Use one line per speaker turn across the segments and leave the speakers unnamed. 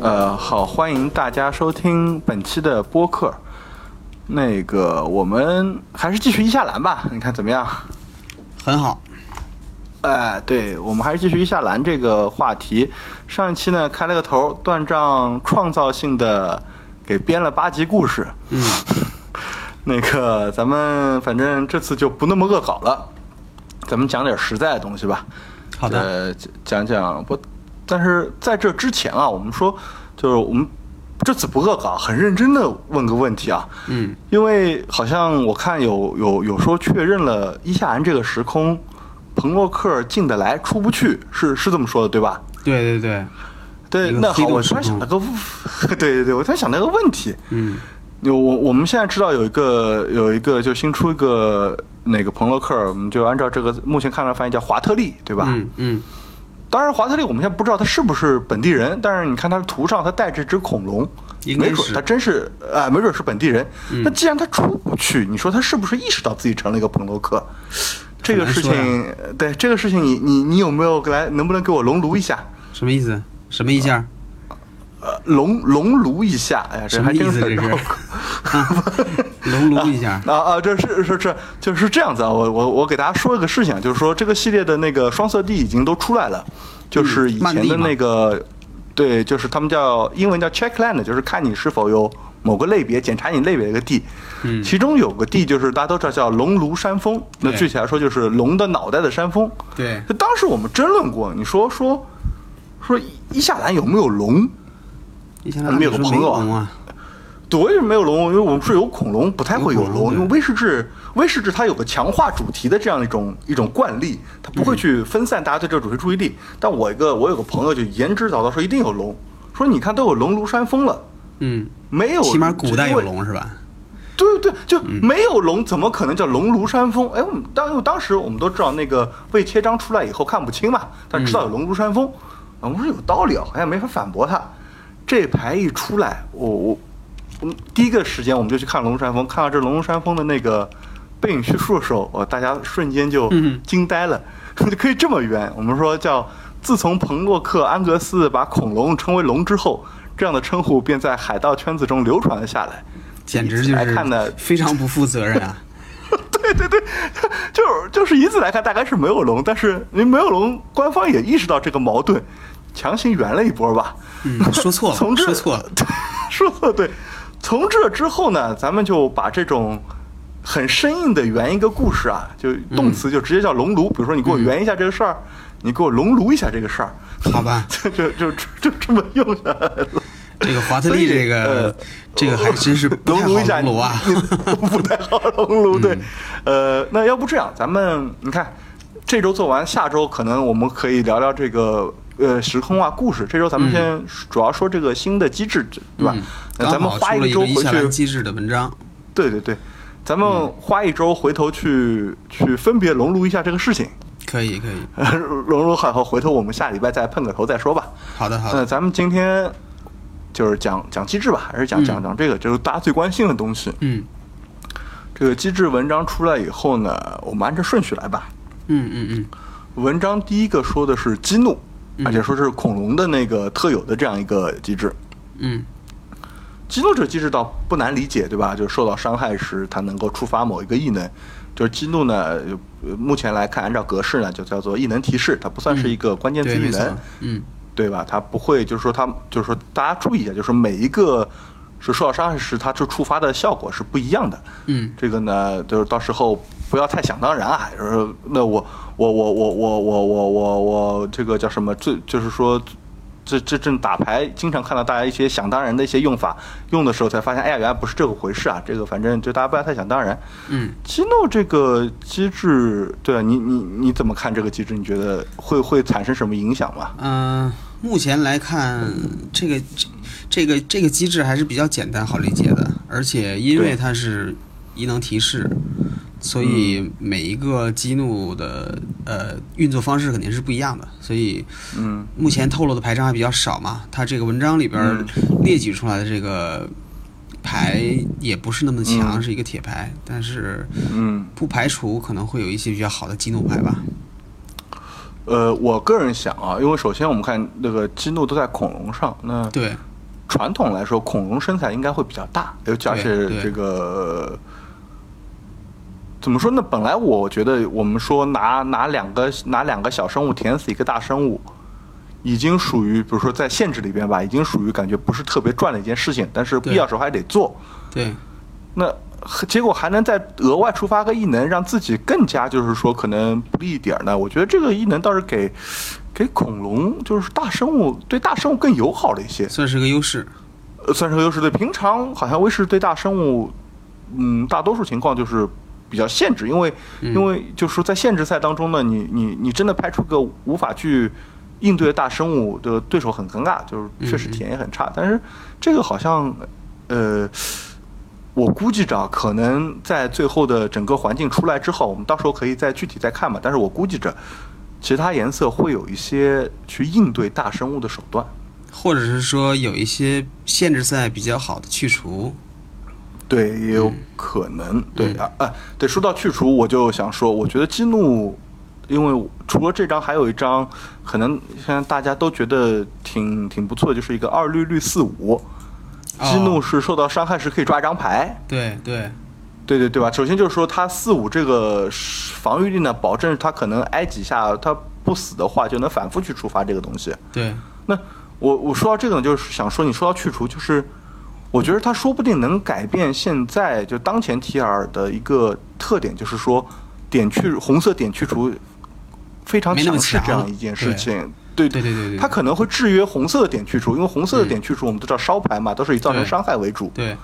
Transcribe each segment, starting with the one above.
呃，好，欢迎大家收听本期的播客。那个，我们还是继续伊夏兰吧，你看怎么样？
很好，
哎，对，我们还是继续伊夏兰这个话题。上一期呢开了个头，断账创造性的给编了八集故事。嗯， 那个咱们反正这次就不那么恶搞了，咱们讲点实在的东西吧。
好的
呃，讲讲不，但是在这之前啊，我们说就是我们这次不恶搞，很认真的问个问题啊。
嗯，
因为好像我看有有有说确认了伊夏兰这个时空，彭洛克进得来出不去，是是这么说的对吧？
对对对，
对，
一个
那好，
黑洞
我突然
时
想
空
了个， 对对对，我突然想到个问题，
嗯，
有我我们现在知道有一个有一个就新出一个那个彭洛克，我们就按照这个目前看到的翻译叫华特利，对吧？
嗯嗯，
当然，华特利我们现在不知道他是不是本地人，但是你看他的图上，他带着只恐龙，
应该
没
是嗯
准他真是啊、没准是本地人。那既然他出不去，你说他是不是意识到自己成了一个朋洛克？这个事
很难
情，呃对这个事情你，你你有没有来？能不能给我熔炉一下？
什么意思？什么意下？
呃，熔熔炉一下，哎呀，这
什么
还
意
真
思
是
这是？熔炉 一下，
啊啊，这是是是，就是这样子啊。我我我给大家说一个事情，就是说这个系列的那个双色地已经都出来了，
嗯
就是以前的那个，对，就是他们叫英文叫 checkland，就是看你是否有某个类别，检查你类别的一个地。
嗯
其中有个地就是大家都知道叫龙炉山峰，那
对
具体来说就是龙的脑袋的山峰。
对
就当时我们争论过，你说说说伊夏兰有没有龙？
一下
他们有个朋友啊
啊，
对，为什么没有龙？因为我们说有恐龙，不太会有
有恐
龙。
龙
因为威士忌，威士忌它有个强化主题的这样一种一种惯例，它不
嗯
会去分散大家对这个主题注意力。但我一个我有个朋友就言之凿凿说一定有龙，说你看都有龙庐山峰了，
嗯，
没有，
起码古代有
因为。
龙是吧？
对对，就没有龙，怎么可能叫龙庐山峰？哎，我们当因为当时我们都知道那个未切章出来以后看不清嘛，但知道有龙庐山峰，啊我们说有道理啊，好像没法反驳他。这牌一出来，我我我们第一个时间我们就去看龙庐山峰，看到这龙庐山峰的那个背影叙述的时候，我哦大家瞬间就
嗯
惊呆了， 就可以这么圆。我们说叫自从彭洛克、安格斯把恐龙称为龙之后，这样的称呼便在海盗圈子中流传了下来。
简直就
来看的
是 非常不负责任啊！
就是就是以此来看，大概是没有龙，但是您没有龙，官方也意识到这个矛盾，强行圆了一波吧。
嗯，说错了，
从这
说错了，
说的对，从这之后呢，咱们就把这种很生硬的圆一个故事啊，就
嗯
动词就直接叫熔炉，比如说你给我圆一下这个事儿，你给我熔炉一下这个事儿，，
好吧
就就就就这么用下来了。
这个华特
所以
利这个
呃
这个还真是不
熔
太好
炉一下
熔炉啊！嗯
你，你 不太好熔炉。对，呃，那要不这样，咱们你看，这周做完，下周可能我们可以聊聊这个呃时空啊故事。这周咱们先主要说这个新的机制，对吧？
嗯
那咱
刚
们
好
花
出了
周
个伊夏
回
兰
去，
机制的文章，
对对对，咱们
嗯
花一周回头去去分别熔炉一下这个事情。
可以可以，
熔炉好以后，回头我们下礼拜再碰个头再说吧。
好的好
那
的，
咱们今天就是讲讲机制吧，还是讲讲讲这个，就是大家最关心的东西。
嗯
这个机制文章出来以后呢，我们按照顺序来吧。
嗯嗯嗯，
文章第一个说的是激怒，而且说是恐龙的那个特有的这样一个机制。
嗯，
激怒这个机制倒不难理解，对吧？就是受到伤害时，它能够触发某一个异能。就是激怒呢，呃目前来看，按照格式呢，就叫做异能提示，它不算是一个关键词
对，
异
没
能。
错，嗯
对吧？它不会，就是说它，就是说大家注意一下，就是每一个是受到伤害时，它就触发的效果是不一样的。
嗯
这个呢，就是到时候不要太想当然啊。就是说那我我我我我我我我我这个叫什么？最就是说。这这阵打牌，经常看到大家一些想当然的一些用法，用的时候才发现，哎呀，原来不是这个回事啊！这个反正就大家不要太想当然。
嗯。
激怒这个机制，对啊，你你你怎么看这个机制？你觉得会会产生什么影响吗？
嗯，目前来看，这个这这个这个机制还是比较简单好理解的，而且因为
对
它是异能提示，所以每一个激怒的呃运作方式肯定是不一样的，所以
嗯
目前透露的牌张还比较少嘛，它这个文章里边儿列举出来的这个牌也不是那么强，是一个铁牌，但是
嗯，
不排除可能会有一些比较好的激怒牌吧。
呃，我个人想啊，因为首先我们看那个激怒都在恐龙上，那
对，
传统来说，恐龙身材应该会比较大，尤其是
对对
这个怎么说呢？本来我觉得我们说拿拿两个拿两个小生物填死一个大生物，已经属于比如说在限制里边吧，已经属于感觉不是特别赚的一件事情，但是必要时候还得做。
对，
那结果还能再额外触发个异能，让自己更加就是说可能不利一点儿呢？我觉得这个异能倒是给给恐龙就是大生物对大生物更友好了一些，
算是个优势。
呃算是个优势。对，平常好像威士对大生物，嗯，大多数情况就是。比较限制，因为因为就是说在限制赛当中呢，你你你真的拍出个无法去应对的大生物的对手很尴尬，就是确实体验也很差。但是这个好像呃，我估计着啊可能在最后的整个环境出来之后，我们到时候可以再具体再看吧。但是我估计着，其他颜色会有一些去应对大生物的手段。
或者是说有一些限制赛比较好的去除，
对，也有可能。对啊，哎、对，说到去除，我就想说，我觉得激怒，因为除了这张，还有一张，可能现在大家都觉得挺挺不错的，就是一个二绿绿四五，激怒是受到伤害时可以抓一张牌。
对对
对对对吧？首先就是说，他四五这个防御力呢，保证他可能挨几下，他不死的话，就能反复去触发这个东西。
对，
那我我说到这个呢，就是想说，你说到去除，就是我觉得它说不定能改变现在就当前 T R 的一个特点，就是说点去红色点去除非常
没那么
强势这样
强
一件
对
事情。对
对对对对
它可能会制约红色的点去除，因为红色的点去除我们都知道烧牌嘛，都是以造成
对
伤害为主。
对，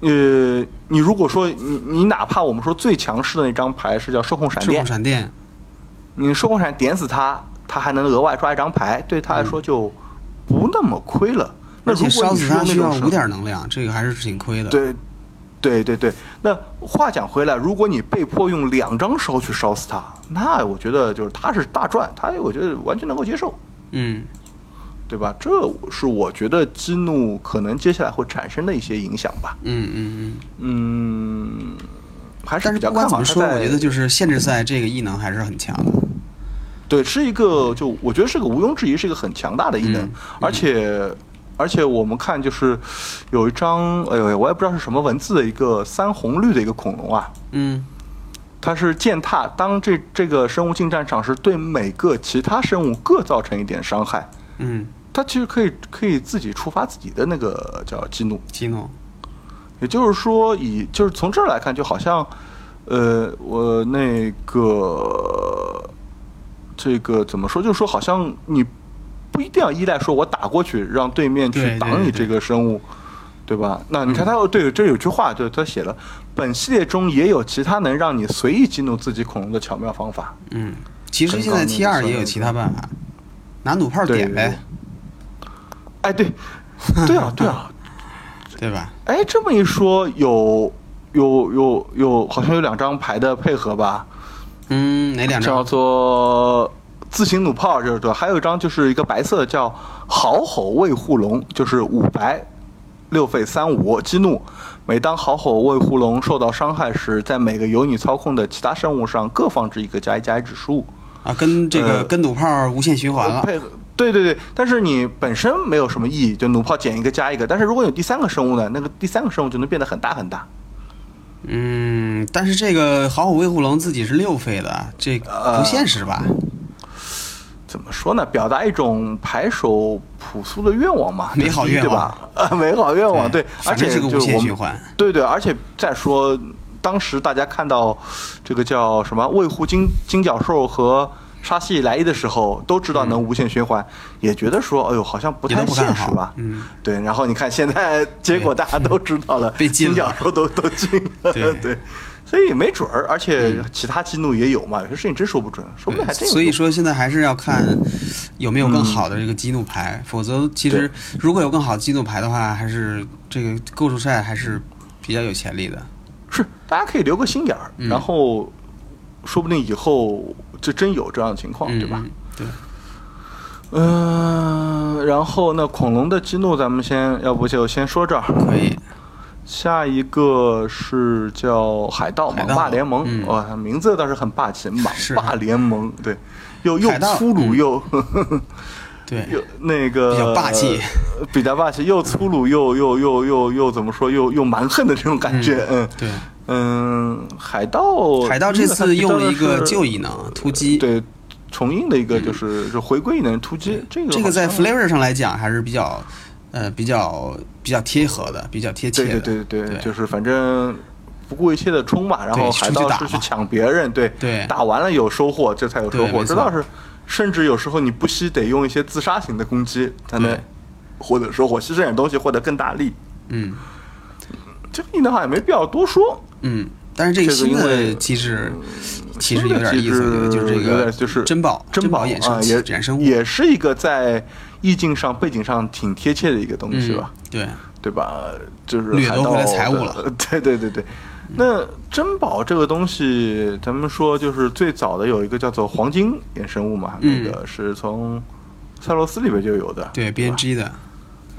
呃，你如果说你你哪怕我们说最强势的那张牌是叫受控闪
触控
电，
闪电，
你受控闪点死他，他还能额外抓一张牌，对他来说就不那么亏了。那
嗯而
如果
且
你是
烧死它
用那
需要
种什
五点能量，这个还是挺亏的。
对，对对对。那话讲回来，如果你被迫用两张烧去烧死他，那我觉得就是他是大赚，他我觉得完全能够接受，
嗯，
对吧？这是我觉得激怒可能接下来会产生的一些影响吧。
嗯嗯嗯，
嗯，还是
但
比
是
较
不管
看
怎
好
么
他
说，
在
我觉得就是限制赛这个异能还是很强的。
对，是一个就我觉得是个毋庸置疑，是一个很强大的异能，
嗯
而且而且我们看就是有一张，哎呦，我也不知道是什么文字的一个三红绿的一个恐龙啊，
嗯，
它是践踏，当这这个生物进战场时，对每个其他生物各造成一点伤害，
嗯，
它其实可以可以自己触发自己的那个叫激怒，
激怒，
也就是说以，就是从这儿来看，就好像，呃，我那个这个怎么说？就是说，好像你不一定要依赖说我打过去让对面
对
去挡你
对对嗯
这个生物，对吧？那你看他、对这有句话，就他写了，本系列中也有其他能让你随意激怒自己恐龙的巧妙方法。
嗯，其实
很
现
高
在
明
T 二
算
也有
是
其他办法，拿弩炮
对
点呗，
哎， 对，对啊，对啊，
对吧？
哎，这么一说，有有有有，好像有两张牌的配合吧？
嗯，哪两
叫
张？
做自行弩炮，就是对，还有一张就是一个白色的叫好吼卫护龙，就是五白六费三五激怒。每当好吼卫护龙受到伤害时，在每个由你操控的其他生物上各放置一个加一加一指数。
啊，跟这个
呃
跟弩炮无限循环了。
配合对对对，但是你本身没有什么意义，就弩炮减一个加一个。但是如果有第三个生物呢，那个第三个生物就能变得很大很大。
嗯，但是这个好虎威虎龙自己是六费的，这
呃
个不现实吧？
怎么说呢？表达一种牌手朴素的愿望嘛，
美好愿
对吧？ 呃，美好愿望，
对
对，而
反正
且
是个
就
无限
我
循
们，
环
对对，而且再说，当时大家看到这个叫什么卫护金金角兽和沙西莱伊的时候，都知道能无限循环，也觉得说，哎呦，好像不
也都
太
不看
现
好
实吧？
嗯，
对。然后你看现在结果，大家都知道了，
被禁了
金角兽都 都禁了，
对嗯
对。所以也没准儿，而且其他激怒也有嘛，有些事情真说不准，说啊不定还嗯真有。
所以说现在还是要看有没有更好的这个激怒牌，否则其实如果有更好的激怒牌的话，还是这个构筑赛还是比较有潜力的。
是，大家可以留个心眼儿，
嗯
然后说不定以后就真有这样的情况，
嗯，
对吧？？
对，
嗯、然后那恐龙的激怒，咱们先要不就先说这儿。
可以。
下一个是叫海盗
海
网
盗
霸联盟，
嗯
哇、名字倒是很霸气，网
是
霸联盟，对，又又
海盗
粗鲁
嗯
又、
对，
又那个
比较霸气，
比较霸气，又粗鲁又又又又又怎么说，又又蛮横的这种感觉，嗯，
对，
嗯，海嗯盗，
海盗这次用了一个旧
一
异能突击，
对重映的一个就是是回归能突击，这个
这个在
好像
flavor 上来讲还是比较，呃，比较比较贴合的，比较贴切
对
的，
对对对
对
就是反正不顾一切的冲吧，然
对
后
出
海
去
盗
打
是去
嘛
抢别人，对
对
打完了有收获，这才有收
对
获，
没
这
错
倒是，甚至有时候你不惜得用一些自杀型的攻击才能
对
获得收获，牺牲点东西获得更大利。
嗯
这个异能好像也没必要多说，
嗯。但是这个
这个
新
因
的
为嗯
机制其
新
实
的
有点
机
意思，我觉得就
制
是这
有
个
点就是
珍宝
珍
宝
宝
衍生
啊
器
也
衍生物，
也是一个在意境上背景上挺贴切的一个东西
嗯
吧。，
对，
对吧？就是
掠
海
夺
盗
回来财物
的
了。
对对对对，那珍宝这个东西，咱们说就是最早的有一个叫做黄金衍生物嘛，
嗯
那个是从塞罗斯里边就有的。
对
吧
BNG 的，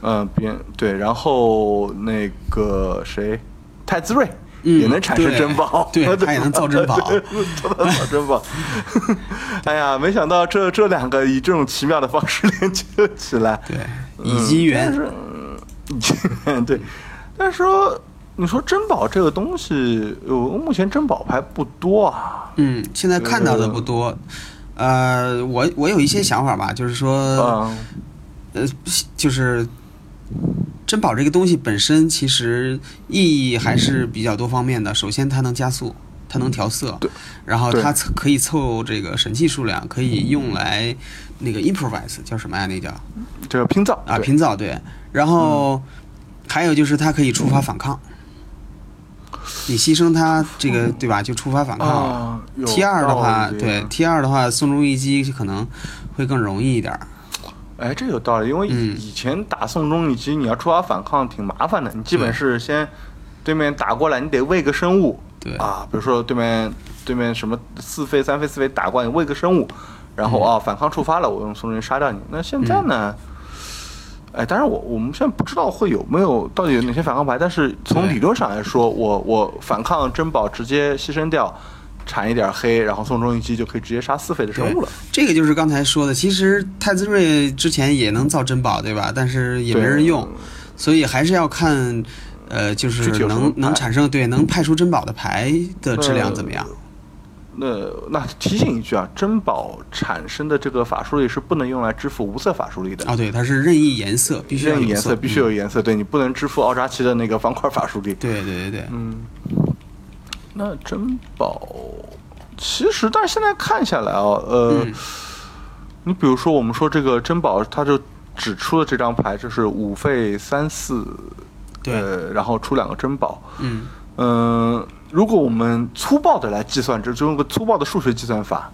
嗯，边对，然后那个谁，太子睿。
嗯
也能产生
对
珍宝，
对
吧
它也能造珍宝
对 造造珍 宝。哎呀，没想到这这两个以这种奇妙的方式 连接了起来，
对，以及
但
元，
是，嗯对，但是说你说珍宝这个东西，我目前珍宝还不多啊。
嗯，现在看到的不多。呃，我我有一些想法吧，就是说，
嗯，
呃，就是珍宝这个东西本身其实意义还是比较多方面的。首先，它能加速，它能调色
对，
然后
对
它凑可以凑这个神器数量，可以用来那个 improvise 叫什么呀？那叫
这个拼造对
啊
嗯
拼造对。然后还有就是它可以触发反抗，你牺牲它这个对吧？就触发反抗了。
啊
T 二的话，，
有道理
对
啊
T 二的话，宋仲一击可能会更容易一点儿。
哎，这有道理，因为以
嗯
以前打宋中以及你要出发反抗挺麻烦的，你基本是先对面打过来，你得喂个生物，
对
啊，比如说对面对面什么四飞三飞四飞打过来，你喂个生物，然
嗯
后啊反抗触发了，我用宋中杀掉你。那现在呢？哎，当然我我们现在不知道会有没有到底有哪些反抗牌，但是从
对
理论上来说，我我反抗珍宝直接牺牲掉，产一点黑，然后宋中一击就可以直接杀四飞的生
对
物了。，
这个就是刚才说的，其实太子睿之前也能造珍宝，对吧？但是也没人用，所以还是要看，呃，就
具
是
体有什么
能
牌
能产生对能派出珍宝的牌的质量怎么样？
那那提醒一句啊，珍宝产生的这个法术力是不能用来支付无色法术力的。
哦，对，它是任意颜色，必须要
任
有
意颜
色嗯
色必须有颜色，对你不能支付奥扎奇的那个方块法术力。
对对对对，
嗯，那珍宝其实，但是现在看下来啊，呃，
嗯
你比如说我们说这个珍宝，它就只出了这张牌，就是五费三四，
对
呃，然后出两个珍宝，
嗯，
嗯，如果我们粗暴的来计算，这就用个粗暴的数学计算法，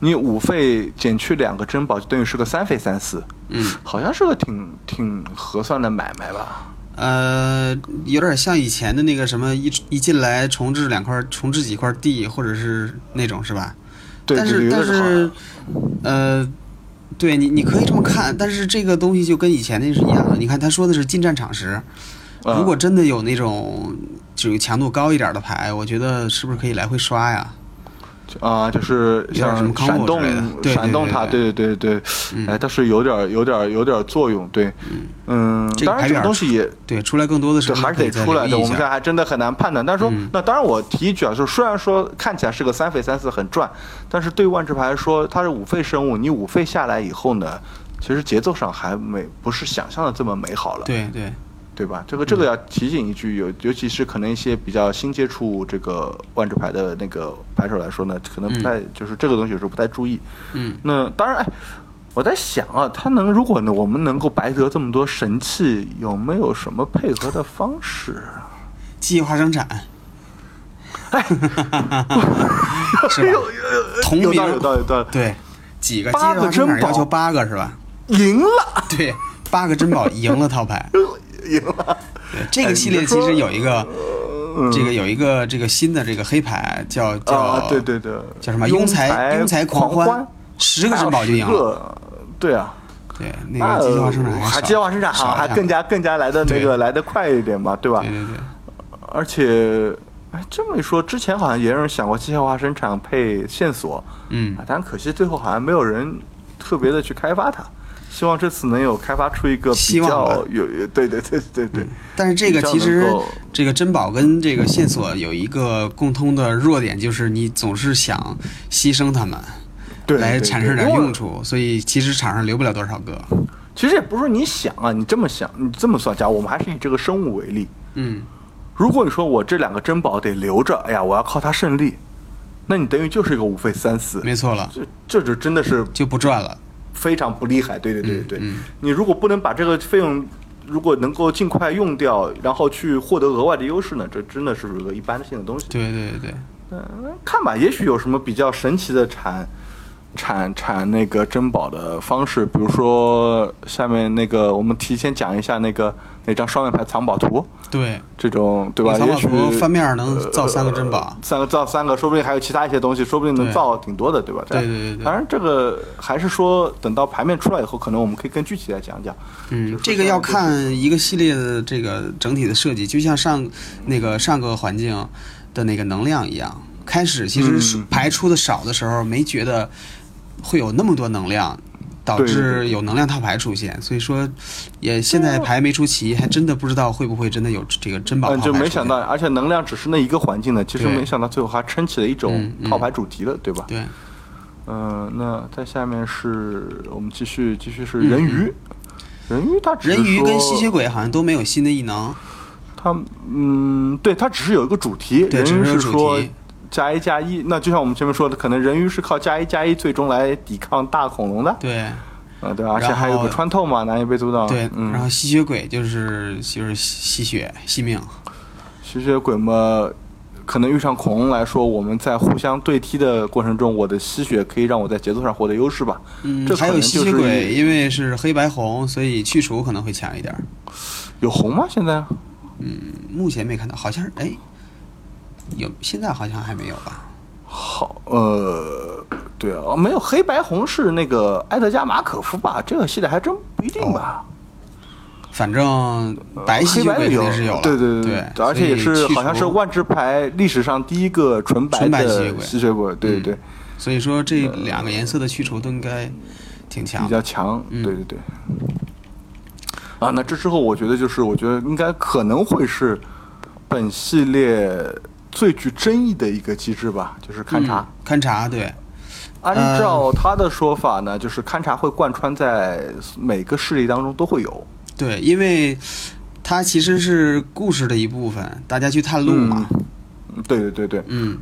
你五费减去两个珍宝，就等于是个三费三四。
嗯，
好像是个挺挺合算的买卖吧？
呃，有点像以前的那个什么一一进来重置两块，重置几块地，或者是那种是吧？
对，
但
对
是
有点
但
好
是，呃，对你你可以这么看，但是这个东西就跟以前那是一样的。你看他说的是近战场时，
嗯
如果真的有那种就是强度高一点的牌，我觉得是不是可以来回刷呀？
啊、就是
点什么
像闪
combo
动
之类的对
闪动
对对
它，
对嗯
对对对对，哎，倒是有点有点有点作用，对，嗯，
这个
当然
牌
这
面
个
儿
东西也
对，出来更多的时
这
候
还是得出来的，我们现在还真的很难判断。但是说，
嗯
那当然我提一句啊，就是虽然说看起来是个三费三四很赚，但是对万智牌来说，它是五费生物，你五费下来以后呢，其实节奏上还没不是想象的这么美好了，
对对
对吧？这个
嗯
这个要提醒一句，有尤其是可能一些比较新接触这个万智牌的那个牌手来说呢，可能不太、就是这个东西有时候不太注意。
嗯，
那当然，哎，我在想啊，他能如果呢，我们能够白得这么多神器，有没有什么配合的方式啊？
计划生产。
哎
是吧
有有
同名
有道理，有道理，有道 理。
对，几个计
八个
划生产
珍宝
要求八个 是吧？
赢了，
对，八个珍宝赢了套 牌。
赢 了。
对这个
哎
系列其实有一个，
呃
这个有一个这个新的这个黑牌叫叫、
嗯啊，对对对，
叫什么
庸
庸才庸才
才
狂
欢，
欢，十个珍宝就赢了。
了。对啊，
对，
那呃
那个计划生产还
还
少
计划生产啊
少
还还
量
更加更加来的那
对
个来的快一点嘛，对吧
对？对对，
而且，哎，这么一说，之前好像也有人想过计划生产配线索，
嗯
啊，但可惜最后好像没有人特别的去开发它。希望这次能有开发出一个比
希望吧嗯
较有有对对对对对，
但是这个
比较
其实
能够
这个珍宝跟这个线索有一个共通的弱点，就是你总是想牺牲它们
对
来
对
产
对
生点
因为
用处，所以其实场上留不了多少个。
其实也不是说你想啊，你这么想，你这么算，假如我们还是以这个生物为例，
嗯，
如果你说我这两个珍宝得留着，哎呀，我要靠它胜利，那你等于就是一个五费三思，
没错了，
这这就真的是
就不赚了。
非常不厉害。对对对对对，
嗯
你如果不能把这个费用，如果能够尽快用掉，然后去获得额外的优势呢，这真的是一个一般性的东西。
对对对对，
嗯，看吧，也许有什么比较神奇的产产产那个珍宝的方式，比如说下面那个我们提前讲一下那个那张双面牌藏宝图，
对，
这种对吧？
藏
也
宝
许呃
图翻面能造三个珍宝，
三个造三个，说不定还有其他一些东西，说不定能
对
造挺多的，对吧？
对对对对
当然，这个还是说等到牌面出来以后，可能我们可以更具体来讲讲。
嗯
就，是
这个要
像
看一个系列的这个整体的设计，就像上那个上个环境的那个能量一样。开始其实是
嗯
排出的少的时候，没觉得会有那么多能量，导
对对
致
对
有能量套牌出现。所以说，也现在牌没出齐，还真的不知道会不会真的有这个珍宝套
嗯，
牌
就没
出
想
现
到，而且能量只是那一个环境呢，其实
对
没想到最后还撑起了一种
嗯嗯
套牌主题了，对吧？
对，
嗯，那在下面是我们继续继续是人鱼，人鱼它只是
嗯人鱼跟
说
吸血鬼好像都没有新的异能。
它嗯，对，它只是有一个主题，
对
人
只
鱼
是有
是
主
说
题
加一加一，那就像我们前面说的，可能人鱼是靠加一加一最终来抵抗大恐龙的，
对
啊、对吧，而且还有
然后
个穿透嘛，难以被阻挡，
对，然
嗯，
后吸血鬼就是就是吸血吸命。
吸血鬼嘛。可能遇上恐龙来说，我们在互相对踢的过程中，我的吸血可以让我在节奏上获得优势吧。
嗯
这，可
还有
能
吸
就
血
是
鬼，因为是黑白红，所以去除可能会强一点儿。嗯
有红吗？现在
目前没看到，好像是哎，有现在好像还没有吧？
好，呃，对啊，没有黑白红是那个埃德加马可夫吧？这个系列还真不一定吧。
反正哦白吸
呃黑白
血
的
鬼肯
有
定是有了，
对
对
对而且也是好像是，万智牌历史上第一个纯白
纯白吸血
的
鬼嗯
吸血鬼，对对对，
所以去除所以说这两个颜色的去除都应该挺强
比。较强，
嗯
对对对。啊，那这之后我觉得就是，我觉得应该可能会是本系列最具争议的一个机制吧，就是勘察。
嗯勘察，对，
按照他的说法呢，就是勘察会贯穿在每个势力当中都会有。
对，因为它其实是故事的一部分，大家去探路嘛，
嗯，对对对对。
嗯，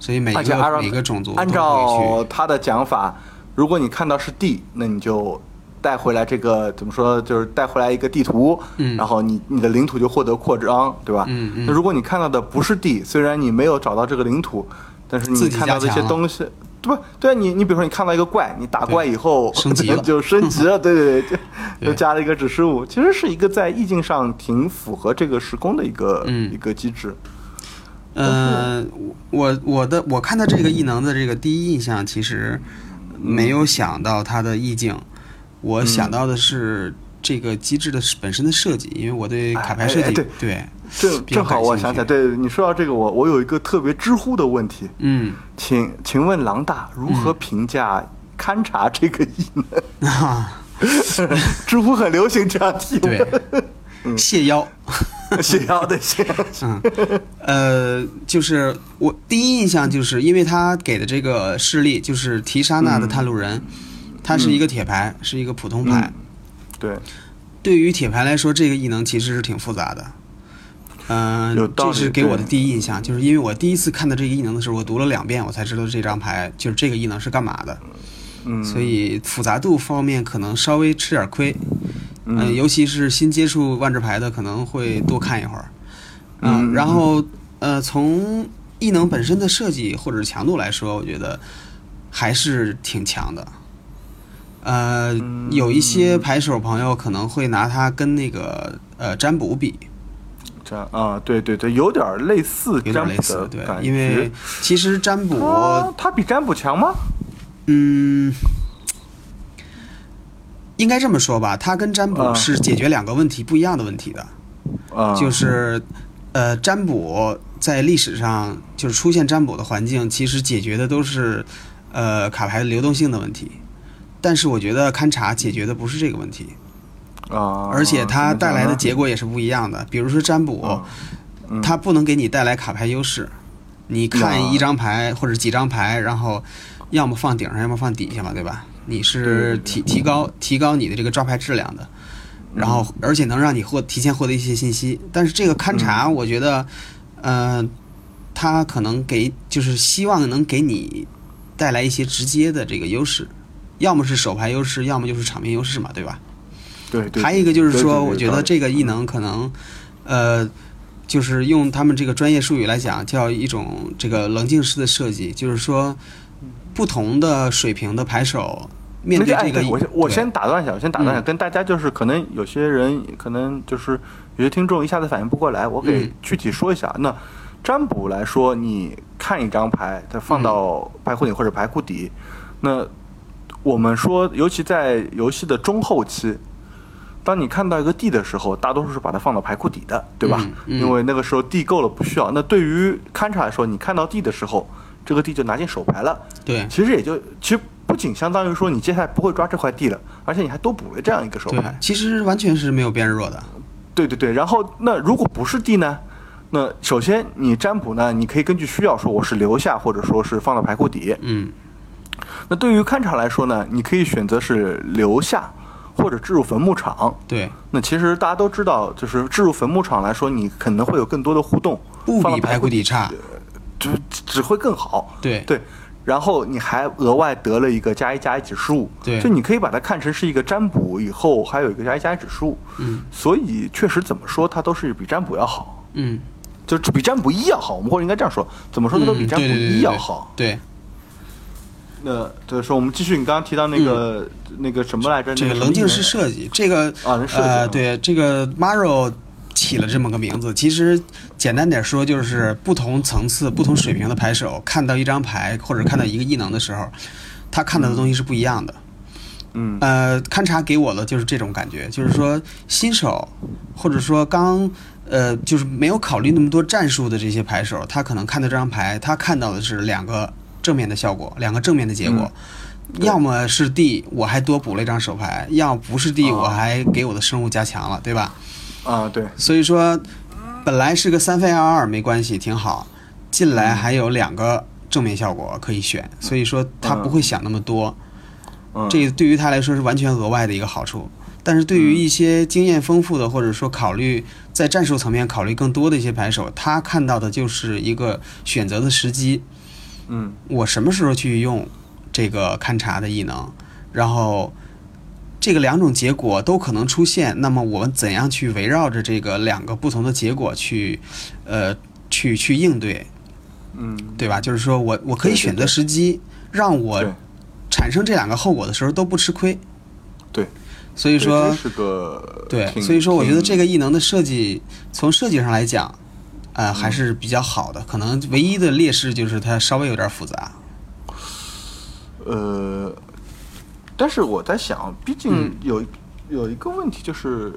所以每
而且按
个
照
每个种族都
按
会
照
去，
他的讲法，如果你看到是地，那你就带回来这个怎么说，就是带回来一个地图，
嗯
然后你你的领土就获得扩张，对吧？
嗯嗯
那如果你看到的不是地，虽然你没有找到这个领土，但是
自
你
己
看到的一
加强
些
了
东西。对吧？对啊，你你比如说你看到一个怪，你打怪以后
升级了
就升级了，对 对对，就
对
就加了一个指示物，其实是一个在意境上挺符合这个时空的一个、
嗯
一个机制。
呃，我我的我看到这个异能的这个第一印象，其实
嗯
没有想到它的意境，我想到的是这个机制的本身的设计，因为我对卡牌设
哎哎哎
计
对
对，
正
比较
正好
感
我
兴
想起来，
趣
对你说到这个，我我有一个特别知乎的问题，
嗯，
请请问狼大如何评价勘察这个异能？
啊，
知乎很流行这样提
对
问，，嗯
谢邀。
写要的写，
嗯，呃，就是我第一印象就是，因为他给的这个事例就是提沙纳的探路
嗯
人，他是一个铁牌，是一个普通牌。
对，
对于铁牌来说，这个异能其实是挺复杂的。嗯、
有道
这
理
是给我的
对
第一印象，就是因为我第一次看到这个异能的时候，我读了两遍，我才知道这张牌就是这个异能是干嘛的。
嗯，
所以复杂度方面可能稍微吃点亏，
嗯
呃尤其是新接触万智牌的，可能会多看一会儿，嗯，
嗯
然后呃，从异能本身的设计或者强度来说，我觉得还是挺强的，呃，
嗯
有一些牌手朋友可能会拿它跟那个呃占卜比，
这样啊，对对对，有点类似
有
占
点
卜
类似，
的
对
感，觉，
因为其实占卜
他他比占卜强吗？
嗯，应该这么说吧，它跟占卜
啊
是解决两个问题不一样的问题的，
啊，
就是，呃，占卜在历史上就是出现占卜的环境，其实解决的都是，呃，卡牌流动性的问题，但是我觉得勘察解决的不是这个问题，
啊，
而且它带来的结
果，
果也哦是哦嗯不一样的。比如说占卜，它不能给你带来卡牌优势。你看
啊
一张牌或者几张牌，然后要么放顶上，要么放底下嘛，对吧？你是提提高提高你的这个抓牌质量的，然后而且能让你获提前获得一些信息。但是这个勘察，我觉得，呃，它可能给就是希望能给你带来一些直接的这个优势，要么是手牌优势，要么就是场面优势嘛，对吧？
对对，
还有一个就是
对
说，
对
我
对
觉
道理
得
嗯
这个异能可能，呃，就是用他们这个专业术语来讲，叫一种这个棱镜式的设计，就是说，不同的水平的牌手面
那就
对
哎
这个，
我先我
对
先打断一下，我先打断一下，
嗯
跟大家就是可能有些人可能就是有些听众一下子反应不过来，我给
嗯
具体说一下。那占卜来说，你看一张牌，它
嗯
放到牌库顶或者牌库底，那我们说，尤其在游戏的中后期。当你看到一个地的时候，大多数是把它放到牌库底的，对吧？
嗯嗯
因为那个时候地够了，不需要。那对于勘察来说，你看到地的时候，这个地就拿进手牌了，
对
其实也就其实不仅相当于说你接下来不会抓这块地了，而且你还多补了这样一个手
对
牌。，
其实完全是没有变弱的，
对对对，然后那如果不是地呢？那首先你占卜呢，你可以根据需要说我是留下，或者说是放到牌库底。
嗯
那对于勘察来说呢，你可以选择是留下，或者置入坟墓场。
对，
那其实大家都知道，就是置入坟墓场来说，你可能会有更多的互动，
不
放
比
到
排
牌
骨
库
底差，
只只会更好。
对
对，然后你还额外得了一个加一加一指数，
对
就你可以把它看成是一个占卜，以后还有一个加一加一指数，
嗯，
所以确实怎么说，它都是比占卜要好，
嗯，
就比占卜一要好，我们或者应该这样说，怎么说它都比
嗯
占卜
对对对
一
对
要好。
对，嗯
那就是说，我们继续你刚刚提到那个、那个什么来着？
这
那
个
什么
棱镜
艺
式
人
设计，这个
啊那设计
呃，
是吧
对这个 Maro 起了这么个名字，其实简单点说，就是不同层次、不同水平的牌手看到一张牌或者看到一个异能的时候，他看到的东西是不一样的。
嗯
呃，勘察给我的就是这种感觉，就是说新手或者说刚呃就是没有考虑那么多战术的这些牌手，他可能看到这张牌，他看到的是两个正面的效果，两个正面的结果。要么是 D，我还多补了一张手牌；要不是 D，、
哦
我还给我的生物加强了，对吧？
啊，对，
所以说，本来是个三费二二没关系，挺好。进来还有两个正面效果可以选，所以说他不会想那么多。
嗯，
这对于他来说是完全额外的一个好处。但是对于一些经验丰富的，或者说考虑在战术层面考虑更多的一些牌手，他看到的就是一个选择的时机，
嗯
我什么时候去用这个勘察的异能，然后这个两种结果都可能出现，那么我们怎样去围绕着这个两个不同的结果去，呃，去去应对，
嗯，
对吧？就是说我我可以
对对
选择
对
时机，让
对
我产生这两个后果的时候都不吃亏。
对，
所以
所
说，
是个
对，
挺
所以说我觉得
挺
这个异能的设计，从设计上来讲，呃，
嗯
还是比较好的。可能唯一的劣势就是它稍微有点复杂。
呃，但是我在想，毕
嗯
竟有、有一个问题就是，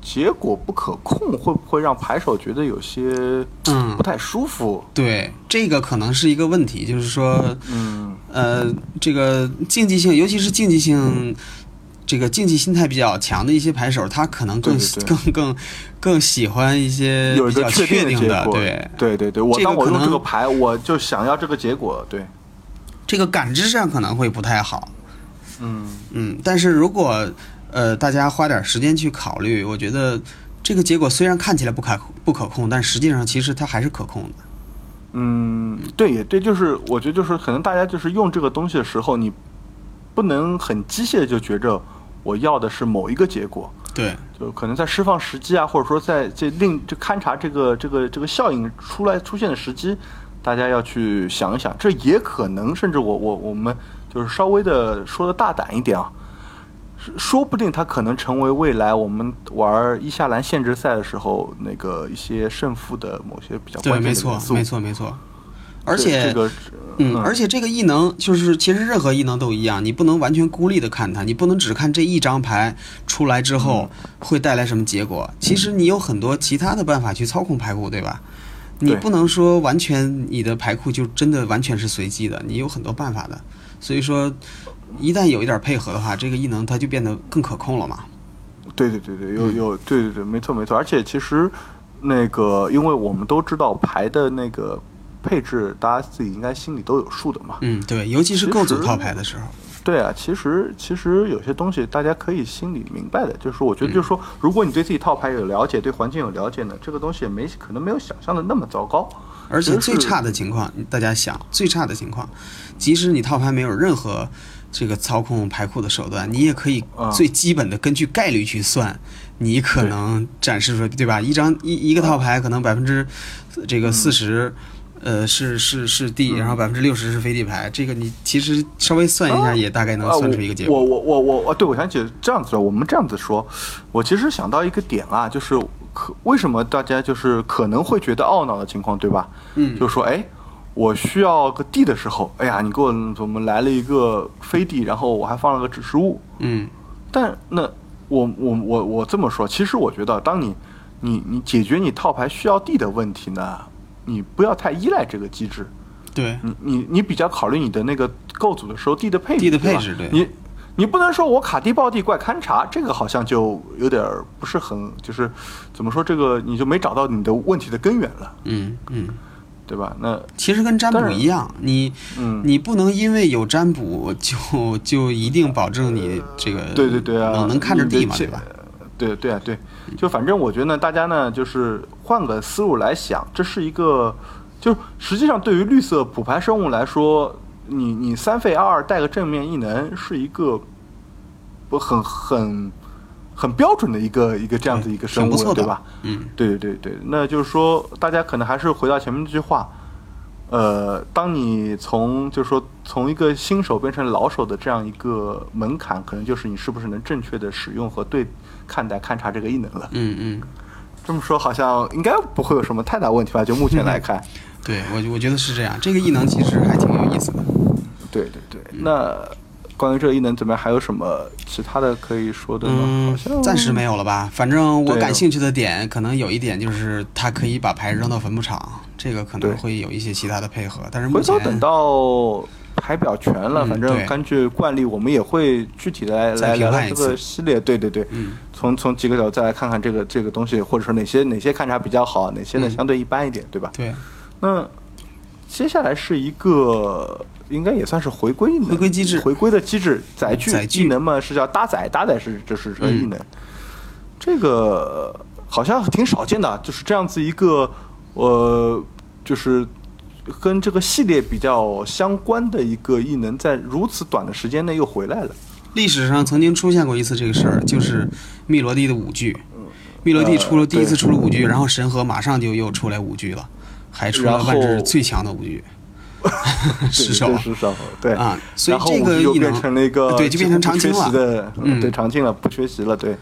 结果不可控，会不会让牌手觉得有些
嗯
不太舒服？
对，这个可能是一个问题，就是说，
嗯
呃，这个竞技性，尤其是竞技性，这个竞技心态比较强的一些牌手，他可能更
对对对
更更更喜欢一些
有
呃比
一个
较确
定
定
结
的，
果，
对，
对对对我
这个
当我
可
用这
能
个牌，我就想要这个结果，对，
这个感知上可能会不太好。
嗯
嗯，但是如果呃大家花点时间去考虑，我觉得这个结果虽然看起来不可不可控，但实际上其实它还是可控的。
嗯，对，也对，就是我觉得就是可能大家就是用这个东西的时候，你不能很机械地就觉着我要的是某一个结果，
对，
就可能在释放时机啊，或者说在这令这勘察这个这个这个效应出来出现的时机，大家要去想一想，这也可能甚至我我我们就是稍微的说的大胆一点啊，是说不定它可能成为未来我们玩伊夏兰限制赛的时候那个一些胜负的某些比较
对，
关
没
键的
错
元，素，
没错，没错。而
对
且
这个
嗯，而
且
且这个异能就是，其实任何异能都一样，你不能完全孤立的看它，你不能只看这一张牌出来之后会带来什么结果。其实你有很多其他的办法去操控牌库，对吧？你
对
不能说完全你的牌库就真的完全是随机的，你有很多办法的。所以说，一旦有一点配合的话，这个异能它就变得更可控了嘛。
对对对对，有有对对对，没错没错。而且其实那个，因为我们都知道牌的那个配置，大家自己应该心里都有数的嘛。
嗯，对，尤其是构组套牌的时候。
对啊，其实其实有些东西大家可以心里明白的，就是我觉得就是
嗯
说，如果你对自己套牌有了解，对环境有了解呢，这个东西也没可能没有想象的那么糟糕。
而且最
其实是
差的情况，大家想，最差的情况，即使你套牌没有任何这个操控牌库的手段，你也可以
啊
最基本的根据概率去算，你可能展示出对吧？一张一一个
啊
套牌可能百分之这个四十、
嗯
呃，是是是地，然后百分之六十是飞地牌，这个你其实稍微算一下，
啊
也大概能
啊，
算出一个结
我
果。
我我我我，对，我想起这样子，我们这样子说，我其实想到一个点啊，就是可为什么大家就是可能会觉得懊恼的情况，对吧？
嗯
就说哎，我需要个地的时候，哎呀，你给我怎么来了一个飞地，然后我还放了个指示物，
嗯
但那我我我我这么说，其实我觉得，当你你你解决你套牌需要地的问题呢，你不要太依赖这个机制，
对，
你你你比较考虑你的那个构组的时候地的配置，
地的配
吧
置对
你你不能说我卡地爆地怪勘察，这个好像就有点儿不是很就是怎么说这个你就没找到你的问题的根源了，
嗯嗯。
对吧？那
其实跟占卜一样，你、
嗯
你不能因为有占卜就 就一定保证你这个
对对对啊，
能能看着地嘛，
你
对
的
吧？嗯
对对啊对，就反正我觉得呢，大家呢就是换个思路来想，这是一个，就是实际上对于绿色普牌生物来说，你你三费二带个正面异能是一个不很很很标准的一个一个这样子一个生
挺不错
物，
的
对吧？
嗯，
对对对对，那就是说，大家可能还是回到前面那句话，呃，当你从就是说从一个新手变成老手的这样一个门槛，可能就是你是不是能正确的使用和对看待勘察这个异能了。
嗯嗯，
这么说好像应该不会有什么太大问题吧？就目前来看，
对我我觉得是这样，这个异能其实还挺有意思的。
对对对。那关于这个异能怎么样，还有什么其他的可以说的吗？好
嗯
像，
暂时没有了吧？反正我
对
感兴趣的点，可能有一点就是它可以把牌扔到坟墓场，这个可能
对
会有一些其他的配合，但是目
回头
前
等到排表全了，
嗯
反正
对
根据惯例，我们也会具体的来
再
来
评
聊
判
聊这
一次嗯
个系列。对对对，从从几个角度再来看看这个这个东西，或者说哪些哪些看察比较好，哪些呢
嗯
相对一般一点，对吧？
对
那接下来是一个。应该也算是回归
回归机制
回归的机制载具
载具嗯
技能嘛是叫搭载，搭载是就是说异能，这个好像挺少见的啊，就是这样子一个呃，就是跟这个系列比较相关的一个异能，在如此短的时间内又回来 了。
历史上曾经出现过一次这个事儿，就是密罗蒂的五句，密罗蒂出了
呃
第一次
对
出了五句，然后神河马上就又出来五句了，还出了
然后
万智最强的五句，
对
失手
对
了。
失手，对
啊所以
哎然后
这
我
个
们就
异能
变成了一个
对就变成常青
几
了
乎不缺席的，
嗯
对常青了，不缺席了，对。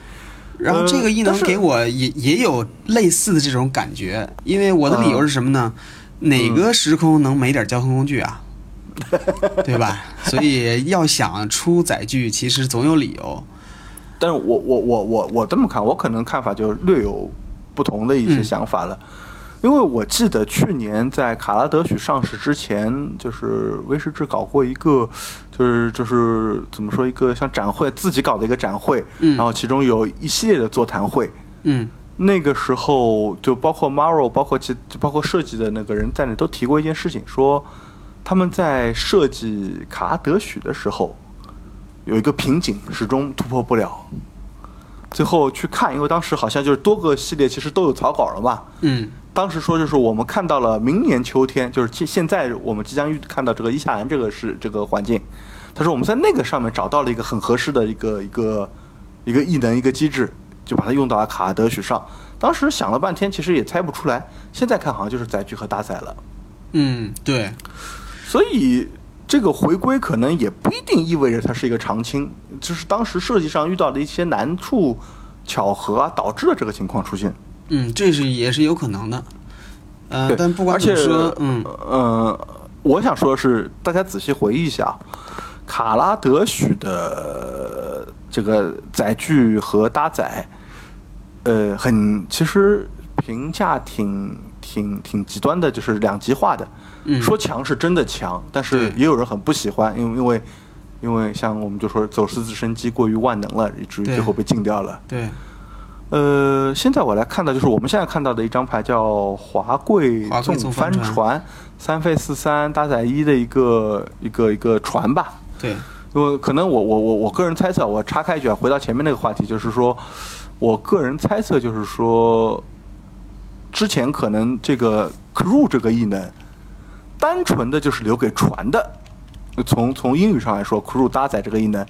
然后这个异
呃但
能
是
给我也也有类似的这种感觉，因为我的理由是什么呢？
嗯
哪个时空能没点交通工具啊？ 对吧？所以要想出载具，其实总有理由。
但是我我我我我这么看，我可能看法就略有不同的一些想法了，因为我记得去年在卡拉德许上市之前，就是威士忌搞过一个，就是就是怎么说一个像展会自己搞的一个展会，
嗯
然后其中有一系列的座谈会。
嗯
那个时候，就包括 Maro，包括其包括设计的那个人在内，都提过一件事情，说他们在设计卡拉德许的时候，有一个瓶颈，始终突破不了。最后去看，因为当时好像就是多个系列其实都有草稿了嘛。
嗯
当时说就是我们看到了明年秋天，就是现现在我们即将预看到这个伊夏兰这个是这个环境。他说我们在那个上面找到了一个很合适的一个一个一个异能一个机制，就把它用到了卡德许上。当时想了半天，其实也猜不出来。现在看好像就是载具和搭载了，
嗯，对，
所以这个回归可能也不一定意味着它是一个常青，就是当时设计上遇到的一些难处、巧合啊，导致了这个情况出现。
嗯，这是也是有可能的。呃，
对，
但不管
而
怎
且
么说，嗯，
呃，我想说的是，大家仔细回忆一下，卡拉德许的这个载具和搭载，呃，很其实评价挺挺挺极端的，就是两极化的。
嗯
说强是真的强，但是
对
也有人很不喜欢，因为因为因为像我们就说走私直升机过于万能了，以至于
对
最后被禁掉了。
对，
呃，现在我来看到就是我们现在看到的一张牌叫华贵
华贵纵
纵
帆
帆
船
船三费四三搭载一的一个一个一个船吧。
对，
因为可能我我我我个人猜测，我插开一句啊，回到前面那个话题，就是说，我个人猜测就是说，之前可能这个 crew 这个异能，单纯的就是留给船的，从从英语上来说，crew 搭载这个异能，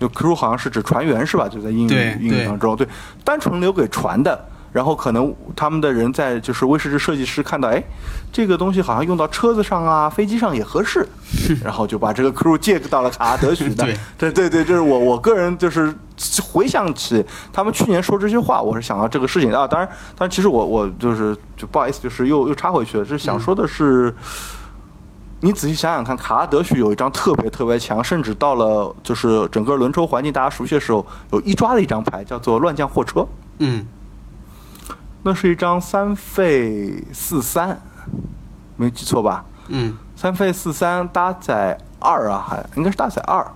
就 crew 好像是指船员是吧？就在英语
对
英
对
语当中，对，单纯留给船的。然后可能他们的人在就是威士忌设计师看到，哎，这个东西好像用到车子上啊、飞机上也合适，然后就把这个 crew 借到了卡拉德许那
对
这对对，这是我我个人就是回想起他们去年说这些话，我是想到这个事情的啊。当然，当然，其实我我就是就不好意思，就是又又插回去了，是想说的是，你仔细想想看，卡拉德许有一张特别特别强，甚至到了就是整个轮抽环境大家熟悉的时候，有一抓的一张牌叫做乱将货车，
嗯，
那是一张三费四三，没记错吧？
嗯，
三费四三搭载二啊，还应该是搭载二。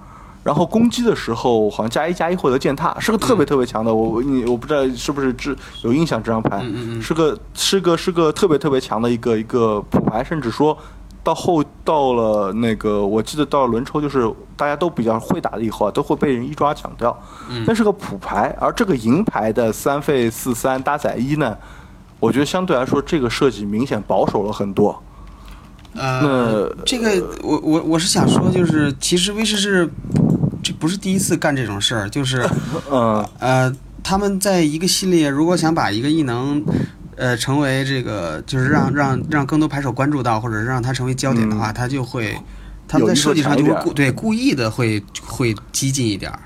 然后攻击的时候好像加一加一获得践踏，是个特别特别强的。我我你我不知道是不是知有印象这张牌，
嗯嗯嗯
是个是个是个特别特别强的一个一个普牌，甚至说到后到了那个我记得到轮抽就是大家都比较会打了以后啊，都会被人一抓抢掉。
嗯
但是个普牌，而这个银牌的三费四三搭载一呢，我觉得相对来说这个设计明显保守了很多。
呃，
那
这个我我我是想说，就是其实威士忌这不是第一次干这种事儿， 就是。
嗯
呃，他们在一个系列，如果想把一个异能，呃，成为这个，就是让让让更多牌手关注到，或者让它成为焦点的话，他就会，他们在
嗯有意
设计上
思
就
地
会
强一
故对故意的会会激进一点儿。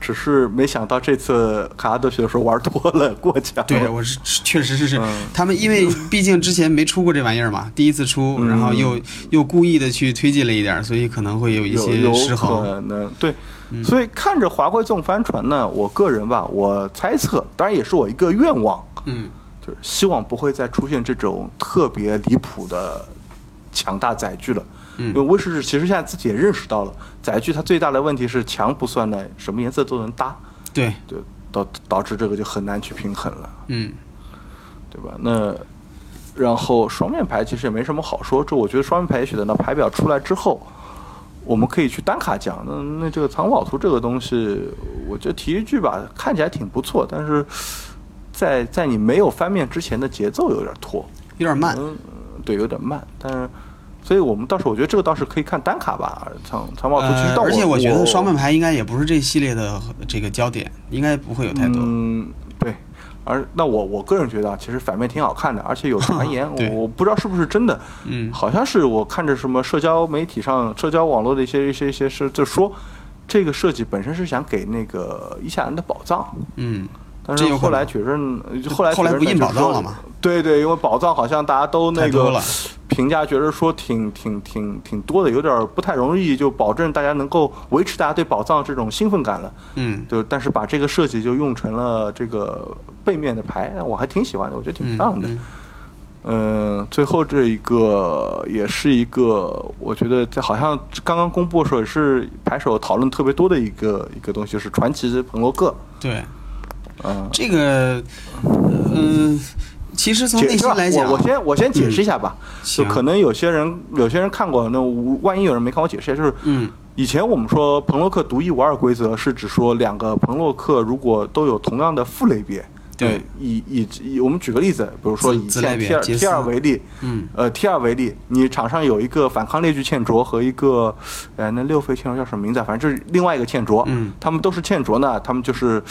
只是没想到这次卡拉德学的时候玩多了，过奖了。
对，我是确实是是、
嗯
他们，因为毕竟之前没出过这玩意儿嘛，第一次出，
嗯
然后又又故意的去推进了一点儿，所以可能会有一
有
些
有
失衡。嗯
可能对，所以看着华贵纵帆船呢，我个人吧，我猜测，当然也是我一个愿望，
嗯，
就是希望不会再出现这种特别离谱的强大载具了。
嗯
因为威士忌其实现在自己也认识到了，载具它最大的问题是强不算呢，什么颜色都能搭，
对，
对，导导致这个就很难去平衡了。
嗯
对吧？那然后双面牌其实也没什么好说，这我觉得双面牌也许等到牌表出来之后，我们可以去单卡讲。那那这个藏宝图这个东西，我就提一句吧，看起来挺不错，但是在在你没有翻面之前的节奏有点拖，
有点慢。呃
嗯，对，有点慢，但是。所以我们到时候我觉得这个倒是可以看单卡吧，藏藏宝图其实
呃，
到我、
而且我觉得双面牌应该也不是这系列的这个焦点，应该不会有太多。
嗯，对。而那我我个人觉得啊，其实反面挺好看的，而且有传言，
对
我我不知道是不是真的，
嗯
好像是我看着什么社交媒体上、社交网络的一些一些一些是就说，这个设计本身是想给那个伊夏兰的宝藏，
嗯，
但
这
是
有可
后来
能
觉着呢
这，
后来
后来
觉着
不印
呢就
宝藏
说
了嘛？
对对，因为宝藏好像大家都那
太多
个
了
评价，觉得说挺挺挺挺多的，有点不太容易就保证大家能够维持大家对宝藏这种兴奋感了。
嗯，
就但是把这个设计就用成了这个背面的牌，我还挺喜欢的，我觉得挺漂亮的。
嗯
嗯、最后这一个也是一个，我觉得这好像刚刚公布的时候也是牌手讨论特别多的一个一个东西，就是传奇的彭罗克。
对，
嗯、
这个，嗯、其实从
解
内心来讲，嗯
我我先我先解释一下吧，就
行
可能有些人有些人看过，那我万一有人没看过，我解释一下，就是
嗯，
以前我们说彭洛克独一无二规则是指说两个彭洛克如果都有同样的父类别，
对
呃以以以我们举个例子，比如说
子
以
子
现在
类别
T 二
杰
T 二
斯
为例，
嗯，
呃 T 二为例，你场上有一个反抗猎具欠卓和一个，呃那六费欠卓叫什么名字啊？反正就是另外一个欠卓，
嗯
他们都是欠卓呢，他们就是。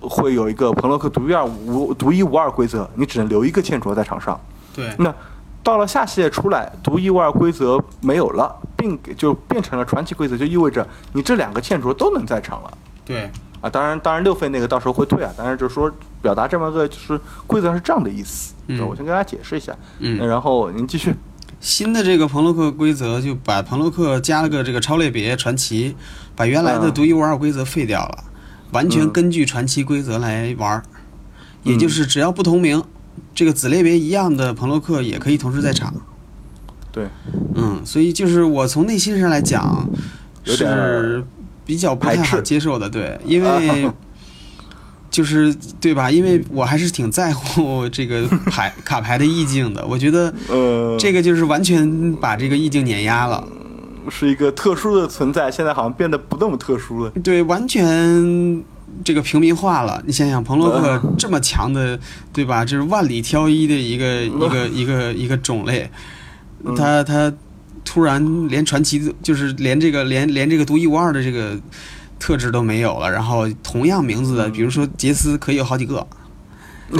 会有一个彭洛克独一二无独一无二规则，你只能留一个欠卓在场上。
对，
那到了下系列出来，独一无二规则没有了，并就变成了传奇规则，就意味着你这两个欠卓都能在场了
对，
啊！当然，当然六费那个到时候会退啊，当然就是说表达这么个就是规则上是这样的意思。
嗯
对我先跟大家解释一下，
嗯
那然后您继续。
新的这个彭洛克规则就把彭洛克加了个这个超类别传奇，把原来的
嗯
独一无二规则废掉了，完全
嗯
根据传奇规则来玩儿，也就是只要不同名，这个子类别一样的朋洛克也可以同时在场。
对，
嗯，所以就是我从内心上来讲
有点儿
是比较不太
排
好
斥
接受的，对，因 为就是对吧？因为我还是挺在乎这个牌卡牌的意境的，我觉得
呃，
这个就是完全把这个意境碾压了，
是一个特殊的存在，现在好像变得不那么特殊了。
对，完全。这个平民化了，你想想，彭洛克
嗯
这么强的，对吧？这是万里挑一的一个
嗯
一个一个一个种类，他他突然连传奇的，就是连这个连连这个独一无二的这个特质都没有了，然后同样名字的，
嗯
比如说杰斯可以有好几个，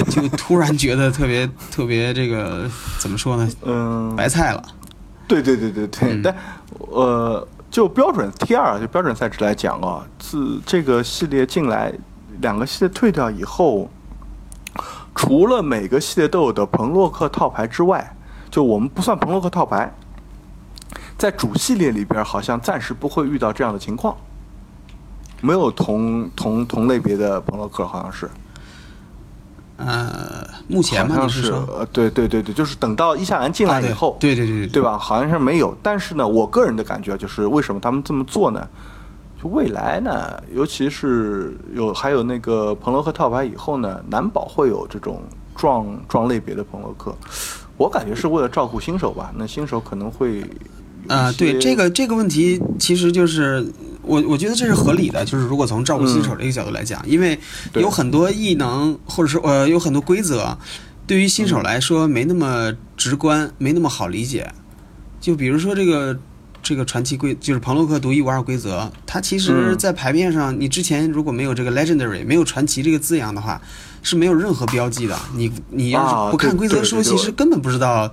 就突然觉得特别 特别这个怎么说呢，
嗯，
白菜了。
对对对对对，但呃，就标准 T 二就标准赛制来讲啊，自这个系列进来，两个系列退掉以后，除了每个系列都有的彭洛克套牌之外，就我们不算彭洛克套牌，在主系列里边好像暂时不会遇到这样的情况，没有同同同类别的彭洛克，好像是。
呃，目前
好
嘛，
像
你是
是
说
呃，对对对对，就是等到伊夏兰进来
啊对
以后，
对对对对
对吧？好像是没有，但是呢，我个人的感觉啊就是，为什么他们这么做呢？就未来呢，尤其是有还有那个彭罗克套牌以后呢，难保会有这种撞撞类别的彭罗克。我感觉是为了照顾新手吧，那新手可能会有一
啊、对
些
这个这个问题，其实就是我我觉得这是合理的，就是如果从照顾新手这个角度来讲，因为
嗯对
有很多异能或者说呃有很多规则，对于新手
嗯
来说没那么直观，没那么好理解。就比如说这个这个传奇规，就是庞洛克独一无二规则，它其实
嗯
在牌面上，你之前如果没有这个 legendary，没有传奇这个字样的话，是没有任何标记的。你你要
啊
是不看
对
规则
对
书，
对
其实根本不知道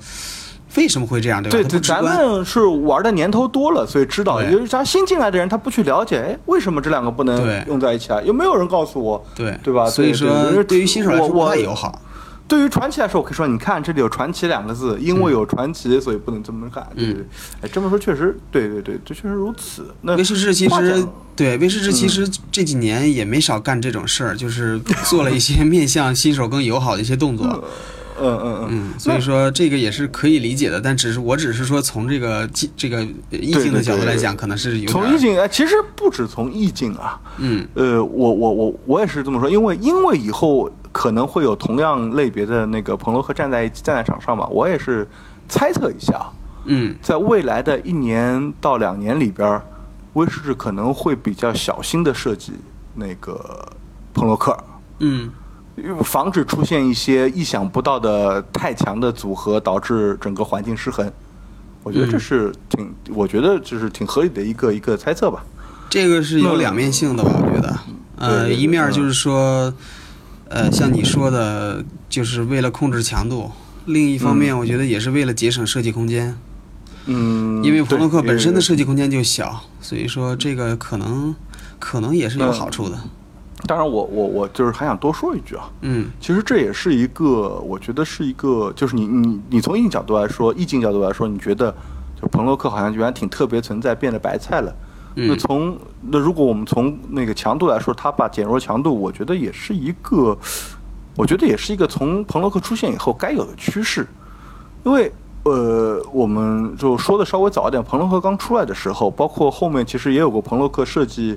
为什么会这样，对吧？
对
它
对，
不直
咱
观。
们是玩的年头多了，所以知道。
对
也就是咱新进来的人，他不去了解，哎，为什么这两个不
对
能用在一起啊？有没有人告诉我？
对
对吧？
所以
对
说，
对
对于新手来
我
说不
我
太友好。
对于传奇来说，我可以说，你看这里有“传奇”两个字，因为有传奇，所以不能这么干。对
嗯
对对，哎，这么说确实，对对对，这确实如此。那
威士忌其
话
实
讲
对威士忌其
嗯
实这几年也没少干这种事儿，就是做了一些 面向新手更友好的一些动作。
嗯嗯嗯，
嗯，所以说这个也是可以理解的，但只是我只是说从这个技这个意
对
境的
对
角度
对
来
对
讲，可能是有
从
点
意
儿
境，哎，其实不止从意境啊，
嗯
呃，我我我我也是这么说，因为因为以后可能会有同样类别的那个彭罗克站在站在场上嘛，我也是猜测一下啊，
嗯
在未来的一年到两年里边儿，威士忌可能会比较小心的设计那个彭罗克，
嗯
防止出现一些意想不到的太强的组合，导致整个环境失衡。我觉得这是挺，我觉得就是挺合理的一个一个猜测吧。
这个是有两面性的吧，我觉得，
对嗯
呃，
对对
一面儿就是说，呃，像你说的，就是为了控制强度；另一方面，我觉得也是为了节省设计空间。
嗯，
因为彭洛克本身的
对
设计空间就小，所以说这个可能可能也是有好处的。
呃当然我我我就是还想多说一句啊，
嗯
其实这也是一个，我觉得是一个，就是你你你从意境角度来说，意境角度来说，你觉得就彭洛克好像原来挺特别存在，变得白菜了。那
嗯
从那如果我们从那个强度来说，他把减弱强度，我觉得也是一个，我觉得也是一个从彭洛克出现以后该有的趋势。因为呃，我们就说的稍微早一点，彭洛克刚出来的时候，包括后面其实也有过彭洛克设计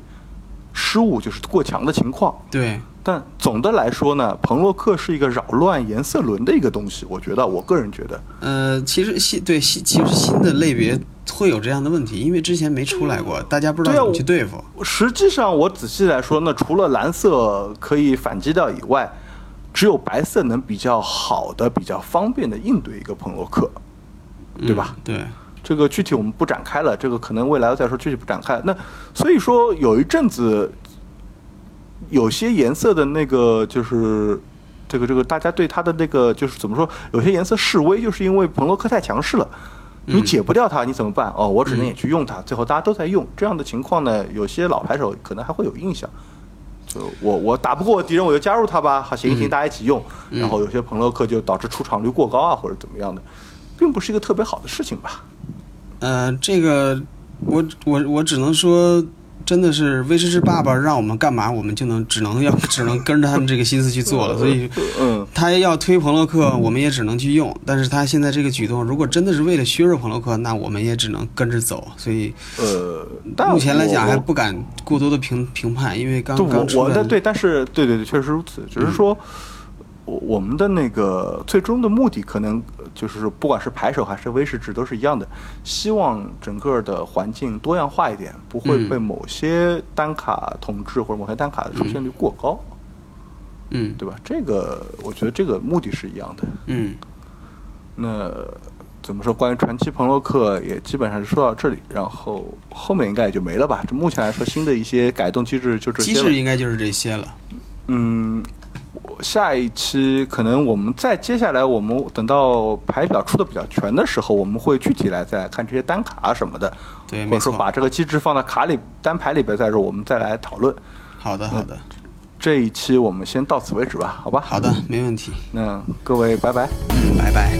失误，就是过强的情况。
对，
但总的来说呢，彭洛克是一个扰乱颜色轮的一个东西，我觉得，我个人觉得，
呃，其实新对新其实新的类别会有这样的问题，因为之前没出来过，大家不知道
对啊
怎么
我
去对付。
实际上我仔细来说，那除了蓝色可以反击掉以外，只有白色能比较好的、比较方便的应对一个彭洛克，对吧？
嗯？对，
这个具体我们不展开了，这个可能未来再说具体不展开。那所以说有一阵子，有些颜色的那个就是这个这个大家对它的那个就是怎么说，有些颜色示威，就是因为彭洛克太强势了。你解不掉它，你怎么办？哦，我只能也去用它。最后大家都在用这样的情况呢，有些老牌手可能还会有印象。就我我打不过敌人，我就加入他吧，好行行，大家一起用。然后有些朋洛克就导致出场率过高啊，或者怎么样的，并不是一个特别好的事情吧。
呃，这个我我我只能说，真的是威士忌爸爸让我们干嘛，我们就能只能要只能跟着他们这个心思去做了。所以，
嗯，
他要推朋洛克，我们也只能去用。但是他现在这个举动，如果真的是为了削弱朋洛克，那我们也只能跟着走。所以，
呃，但
目前来讲
我
还不敢过多的评评判，因为刚
对，
刚
我
出
我
来嗯
的对，但是对对对，确实如此。只是说，我我们的那个最终的目的，可能呃就是不管是牌手还是威士忌，都是一样的，希望整个的环境多样化一点，不会
嗯
被某些单卡统治或者某些单卡的出现率过高，
嗯
对吧？这个我觉得这个目的是一样的。
嗯
那怎么说？关于传奇朋洛克也基本上说到这里，然后后面应该也就没了吧？这目前来说，新的一些改动机制就这些
机
了。
制应该就是这些了。
嗯，我下一期可能我们再接下来，我们等到牌表出的比较全的时候，我们会具体来再来看这些单卡什么的，
对，
或
没
者说
错。
把这个机制放到卡里单牌里边再说，我们再来讨论。
好的，好的，
嗯这一期我们先到此为止吧，好吧？
好的，没问题。
那各位拜拜。
嗯，拜拜。